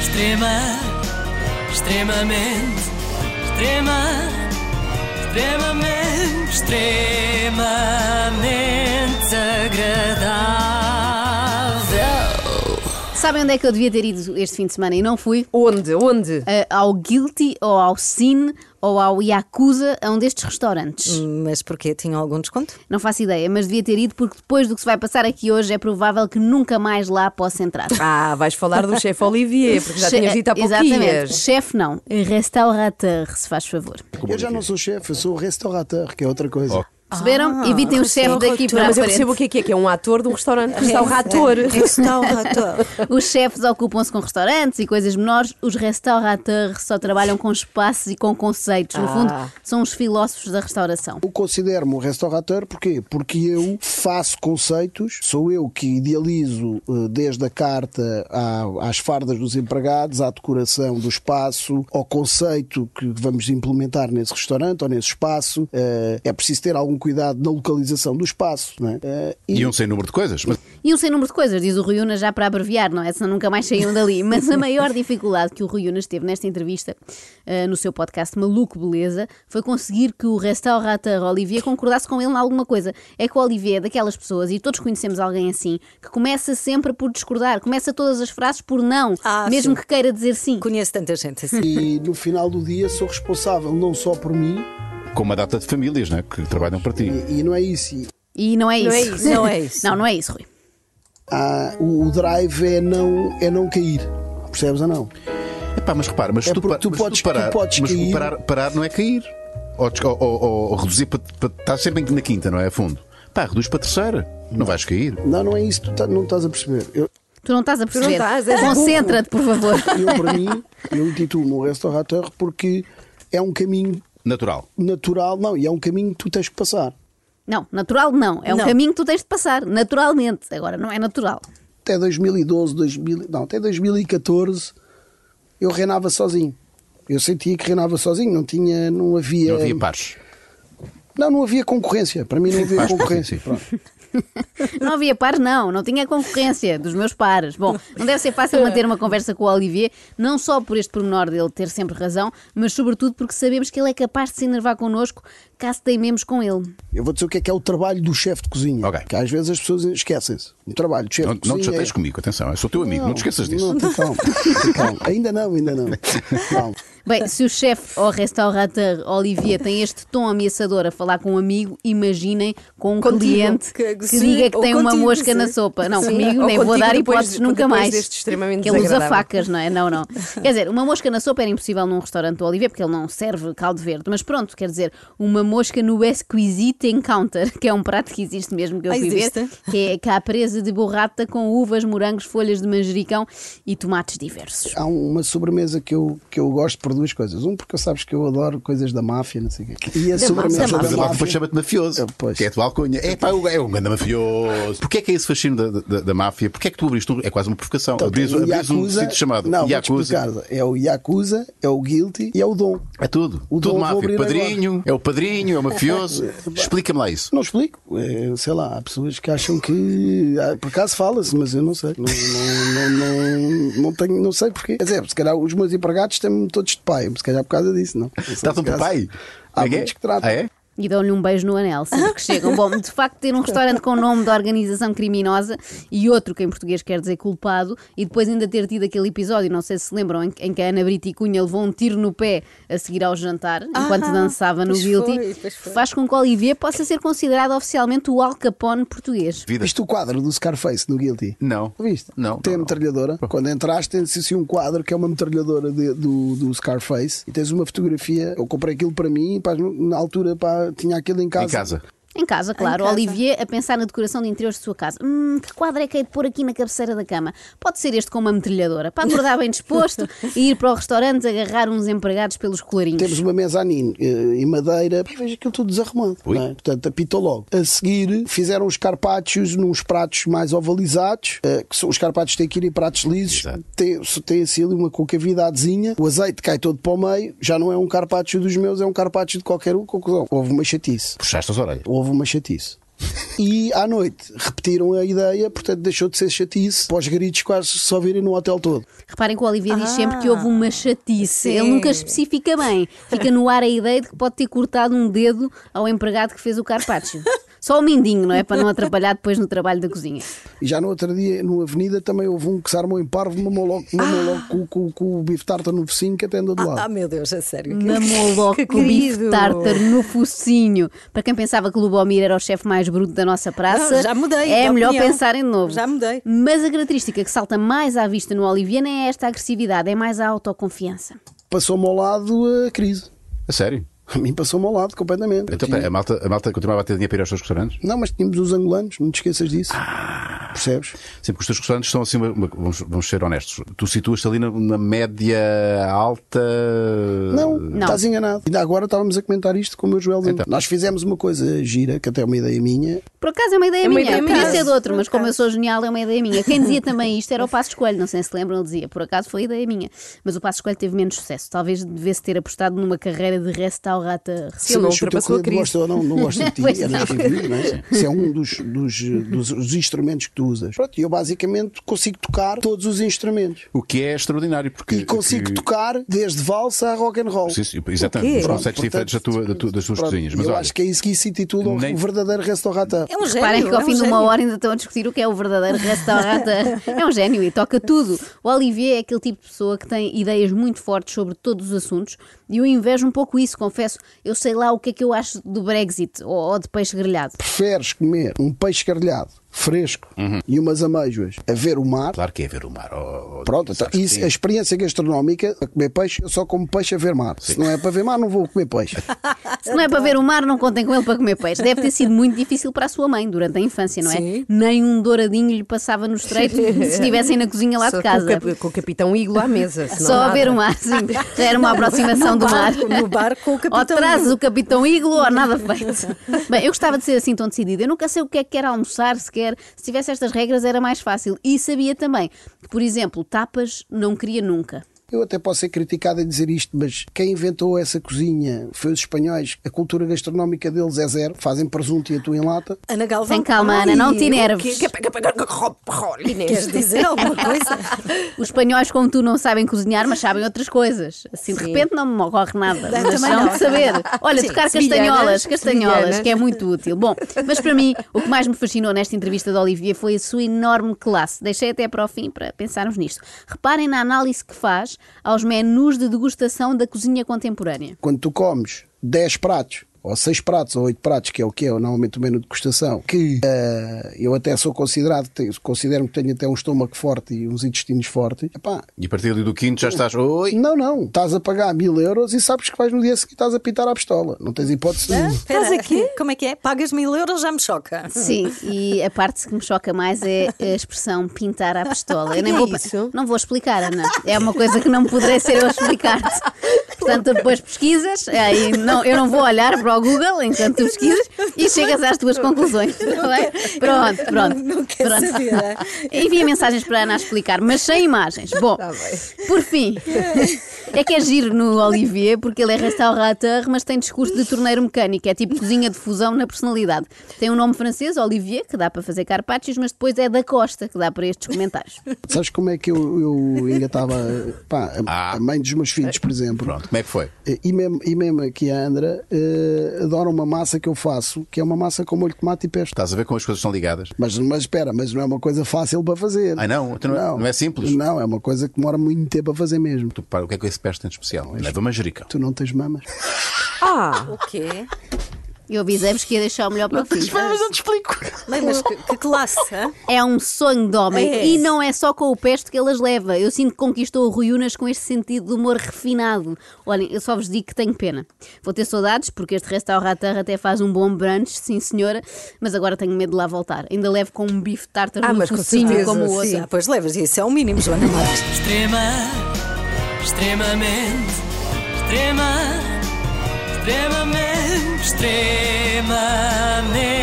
Extrema, extremamente, extrema, extremamente, extremamente agradável. Sabem onde é que eu devia ter ido este fim de semana e não fui? Onde? Onde? Ah, ao Guilty ou ao Sin ou ao Yakuza, a um destes restaurantes. Mas porquê? Tinha algum desconto? Não faço ideia, mas devia ter ido porque depois do que se vai passar aqui hoje é provável que nunca mais lá possa entrar. Ah, vais falar do chefe Olivier, porque já Che- tinhas dito há Exatamente. pouquinhos. Chefe não, restaurateur, se faz favor. Eu já não sou chefe, eu sou restaurateur, que é outra coisa. Perceberam? Evitem o chefe daqui para a mas eu frente. percebo o Ah, que é que é, que é um ator de um restaurante, restaurator. Os chefes ocupam-se com restaurantes e coisas menores, os restaurateurs só trabalham com espaços e com conceitos. No Ah. fundo, são os filósofos da restauração. Eu considero-me um restaurateur porquê? Porque eu faço conceitos, sou eu que idealizo eh, desde a carta à- às fardas dos empregados, à decoração do espaço, ao conceito que vamos implementar nesse restaurante ou nesse espaço. Eh, É preciso ter algum cuidado na localização do espaço. Não é? Eh, e- E um sem número de coisas. Mas E um sem número de coisas, diz o Rui Unas já para abreviar, não é? Senão nunca mais saíam dali. Mas a maior dificuldade que o Rui Unas teve nesta entrevista, eh, no seu podcast Maluco Beleza, foi conseguir que o restaurateur Olivier concordasse com ele em alguma coisa. É que o Olivier é daquelas pessoas, e todos conhecemos alguém assim, que começa sempre por discordar, começa todas as frases por não, Ah, mesmo sim. que queira dizer sim. Conheço tanta gente assim. e no final do dia sou responsável não só por mim, com uma data de famílias, né? Que trabalham para ti. e, e não é isso. E- E não é isso. Não é isso, não é isso. não, não é isso, Rui. há- Ah, o o drive é não, é não cair. Percebes ou não? Epá, mas repara, mas É se tu, porque pa- tu mas se podes- tu parar, podes mas cair. parar, parar não é cair. Ou, des- ou- ou- ou- ou reduzir para. para- Estás sempre na quinta, não é? A fundo. Pá, reduz para a terceira. Não vais cair. Não, não é isso, tu tá- não estás a perceber. Eu, Tu não estás a não perceber. estás, és burro. Concentra-te, por favor. eu, para mim, eu intitulo-me um restaurateur porque é um caminho Natural. natural, não, e é um caminho que tu tens que passar. Não, natural não. É um Não. caminho que tu tens de passar, naturalmente. Agora, não é natural. Até 2012, 2000, não, até 2014 eu reinava sozinho. Eu sentia que reinava sozinho, não tinha, não havia. Não havia pares. não, não havia concorrência. Para mim não havia Mas, concorrência. sim, sim. Pronto. Não havia pares, não. Não tinha concorrência dos meus pares. Bom, não deve ser fácil manter uma conversa com o Olivier, não só por este pormenor dele ter sempre razão, mas sobretudo porque sabemos que ele é capaz de se enervar connosco caso teimemos com ele. Eu vou dizer o que é que é o trabalho do chefe de cozinha. Ok. Que às vezes as pessoas esquecem-se. O trabalho do chefe Não, de não cozinha. te é- chateias comigo, atenção. Eu sou teu amigo, não, te esqueças disso. Não, tem calma, tem calma. Ainda não, ainda não. Calma. Bem, se o chefe ou restaurateur Olivier tem este tom ameaçador a falar com um amigo, imaginem com um Contigo, cliente que, que- sim, diga que ou tem uma contigo, mosca sim. na sopa. Não, Sim. comigo Ou nem vou contigo dar depois- hipóteses nunca depois mais. deste extremamente que ele usa desagradável. facas, não é? Não, não. Quer dizer, uma mosca na sopa era impossível num restaurante do Olivier porque ele não serve caldo verde. Mas pronto, quer dizer, uma mosca no Exquisite Encounter, que é um prato que existe mesmo que eu Ah, fui ver, existe? que é caprese de borrata com uvas, morangos, folhas de manjericão e tomates diversos. Há uma sobremesa que eu, que eu gosto por duas coisas. Um, porque sabes que eu adoro coisas da máfia, não sei o quê. E a sobremesa máfia. da Mas máfia. logo depois chama-te mafioso. É, pois. Que é a tua alcunha. É, pá, é um grande mafioso. Porquê é que é esse fascínio da, da, da máfia? Porquê é que tu abriste um. É quase uma provocação. Então, abris tem o abris um Yakuza- sítio chamado não, vou-te Yakuza. explicar. É o Yakuza, é o Guilty e é o Dom. É tudo. O tudo Dom vou máfia. abrir agora. Padrinho, é o padrinho, é o mafioso. Explica-me lá isso. Não explico. É, sei lá, há pessoas que acham que. ah, Por acaso fala-se, mas eu não sei. Não, não, não, não, não tenho, não sei porquê. Quer dizer, se calhar os meus empregados têm-me todos de pai. Se calhar por causa disso, não. não sei, Tratam se por calhar- um pai? é Há Como é muitos que tratam. Ah, é? E dão-lhe um beijo no anel sempre que chegam. Bom, de facto, ter um restaurante com nome de organização criminosa e outro que em português quer dizer culpado, e depois ainda ter tido aquele episódio, não sei se se lembram, em, em que a Ana Brito e Cunha levou um tiro no pé a seguir ao jantar, enquanto dançava no Ah, pois Guilty, foi, pois foi. faz com que Olivier possa ser considerado oficialmente o Al Capone português. Vida. Viste o quadro do Scarface no Guilty? Não. Viste? Não. Tem a não, não. metralhadora. Quando entraste, tens assim um quadro que é uma metralhadora de- do, do Scarface e tens uma fotografia. Eu comprei aquilo para mim e pá, na altura pá, tinha aquilo em casa. Em casa. Em casa, claro. casa. Olivier a pensar na decoração de interiores de sua casa. Hum, que quadro é que hei de pôr aqui na cabeceira da cama? Pode ser este com uma metralhadora, para acordar bem disposto e ir para o restaurante agarrar uns empregados pelos colarinhos. Temos uma mezanine eh, em madeira. Bem, veja aquilo tudo desarrumado. Ui. não é? Portanto, apitou logo. A seguir, fizeram os carpaccios nos pratos mais ovalizados. eh, que são, os carpaccios têm que ir em pratos lisos. Exato. Tem, tem assim ali uma concavidadezinha. O azeite cai todo para o meio. Já não é um carpaccio dos meus, é um carpaccio de qualquer um. Conclusão, houve uma chatice. Puxaste as orelhas. Houve uma chatice. E à noite repetiram a ideia, portanto deixou de ser chatice. Pós gritos quase só virem no hotel todo. Reparem que o Olivia diz Ah. sempre que houve uma chatice. Sim. Ele nunca especifica bem. Fica no ar a ideia de que pode ter cortado um dedo ao empregado que fez o carpaccio. Só o mindinho, não é? Para não atrapalhar depois no trabalho da cozinha. E já no outro dia, no Avenida, também houve um que se armou em parvo, mamou logo, mamou logo com, com- com o bife tarta no focinho que é até andou de lado. Ah, meu Deus, a sério. que- Mamou logo Que com o bife querido. tártaro no focinho. Para quem pensava que o Lubomir era o chefe mais bruto da nossa praça, Não, já mudei é de melhor opinião. pensar em novo. Já mudei. Mas a característica que salta mais à vista no Olivia não é esta agressividade, é mais a autoconfiança. ah. Passou-me ao lado a crise. A sério. A mim passou-me ao lado completamente. Então, pera, é- a, malta, a malta continuava a ter dinheiro para ir aos seus restaurantes? Não, mas tínhamos os angolanos, não te esqueças disso. Ah. Percebes? Sempre que os teus restaurantes são assim, uma- uma- vamos, vamos ser honestos, tu situas-te ali na, na média alta. Não, Não. estás enganado. Ainda agora estávamos a comentar isto com o meu Joel. Dino. Então. Nós fizemos uma coisa gira, que até é uma ideia minha. Por acaso é uma ideia É uma minha, ideia podia minha. ser de outro, mas Por como eu acaso. sou genial, é uma ideia minha. Quem dizia também isto era o Passo Escolho, não sei se lembram, ele dizia, por acaso foi ideia minha. Mas o Passo Escolho teve menos sucesso, talvez devesse ter apostado numa carreira de restaurata. Se ele Mas se o teu ultrapassou a cliente crise. gosta ou não, não gosta de Pois ti, é não. das que vive, não é? Isso é um dos, dos, dos- dos instrumentos que tu usas. Pronto, e eu basicamente consigo tocar todos os instrumentos. O que é extraordinário, porque. E consigo que- tocar desde valsa a rock and roll. Sim, sim, exatamente, quê? os Pronto, conceitos portanto, diferentes da tua- da tua- das tuas Pronto, cozinhas. e Mas eu olha, acho que é isso que se intitula um nem- verdadeiro restaurante. É um gênio. Reparem que ao é um fim de uma gênio. hora ainda estão a discutir o que é o verdadeiro restaurante. é um gênio e toca tudo. O Olivier é aquele tipo de pessoa que tem ideias muito fortes sobre todos os assuntos e eu invejo um pouco isso, confesso. Eu sei lá o que é que eu acho do Brexit ou, ou de peixe grelhado. Preferes comer um peixe carlhado fresco e umas amêijoas a ver o mar Uhum. Claro que é ver o mar. oh, oh, Pronto, então, sabes que isso, sim. a experiência gastronómica, a comer peixe, eu só como peixe a ver mar. Se não é para ver mar, não vou comer peixe. Ah, Se não é para ver o mar, não contem com ele para comer peixe. Deve ter sido muito difícil para a sua mãe durante a infância, não é? Sim. Nem um douradinho lhe passava no estreito se estivessem na cozinha lá Só de com o casa. cap- Com o capitão Iglo à mesa. senão Só um a nada. ver o mar, sim. Já era uma No- aproximação no do mar. barco, no barco, o Ou Capitão trazes Iglo. o Capitão Iglo ou nada feito. Bem, eu gostava de ser assim tão decidida. Eu nunca sei o que é que quer almoçar sequer. Se tivesse estas regras era mais fácil. E sabia também que, por exemplo, tapas não queria nunca. Eu até posso ser criticado em dizer isto, mas quem inventou essa cozinha foi os espanhóis. A cultura gastronómica deles é zero. Fazem presunto e atum em lata. Ana Galvão. Tem calma, Ana, não te Ai, enerves. o quê? é Queres dizer alguma coisa? Os espanhóis, como tu, não sabem cozinhar, mas sabem outras coisas. Assim, de Sim. repente não me ocorre nada. Mas também são não. de saber. Olha, Sim, tocar castanholas, sevilhanas, castanholas, sevilhanas. que é muito útil. Bom, mas para mim, o que mais me fascinou nesta entrevista de Olivia foi a sua enorme classe. Deixei até para o fim para pensarmos nisto. Reparem na análise que faz aos menus de degustação da cozinha contemporânea. Quando tu comes 10 pratos, ou 6 pratos, ou 8 pratos, que é o que é normalmente o menu de degustação, que eh, eu até sou considerado, te- considero que tenho até um estômago forte e uns intestinos fortes, epá, E a partir ali do quinto já estás. Oi! não, não, estás a pagar mil euros e sabes que vais no dia seguinte estás a pintar à pistola. Não tens hipótese nenhuma. Estás aqui? Como é que é? Pagas mil euros, já me choca. Sim, e a parte que me choca mais é a expressão pintar à pistola. Eu nem Que é vou, isso? Não vou explicar, Ana. É uma coisa que não poderei ser eu a explicar-te. Portanto, tu depois pesquisas, aí não, eu não vou olhar para o Google enquanto tu pesquisas e chegas às tuas conclusões. Não é? Pronto, pronto. não- não quero pronto. saber, é? Envia mensagens para a Ana a explicar, mas sem imagens. Bom, Tá bem. por fim, é que é giro no Olivier, porque ele é restaurateur, mas tem discurso de torneiro mecânico. É tipo cozinha de fusão na personalidade. Tem um nome francês, Olivier, que dá para fazer carpaccios, mas depois é da Costa, que dá para estes comentários. Sabes como é que eu, eu engatava pá, a, Ah. a mãe dos meus filhos, por exemplo? Pronto, como é que foi? E mesmo, e mesmo aqui a Andra eh, adora uma massa que eu faço, que é uma massa com molho de tomate e pesto. Estás a ver como as coisas estão ligadas? Mas, mas espera, mas não é uma coisa fácil para fazer. Ah, não? Então não é- não é simples? Não, é uma coisa que demora muito tempo a fazer mesmo. Tu, pá, o que é que esse peste tem de especial? Leva manjericão. Tu não tens mamas. Ah, o quê? Eu avisei-vos que ia deixar o melhor para o fim. não te explico. Bem, mas que, que classe, hã? É um sonho de homem. É. E não é só com o pesto que elas leva. Eu sinto que conquistou o Rui Unas com este sentido de humor refinado. Olhem, eu só vos digo que tenho pena. Vou ter saudades, porque este restaurateur até faz um bom brunch, sim senhora, mas agora tenho medo de lá voltar. Ainda levo com um bife tártaro Ah, no mas com focinho certeza. como o outro. Sim, pois levas, isso é o mínimo, Joana Marques. Extrema, extremamente, extrema, extremamente, extremamente.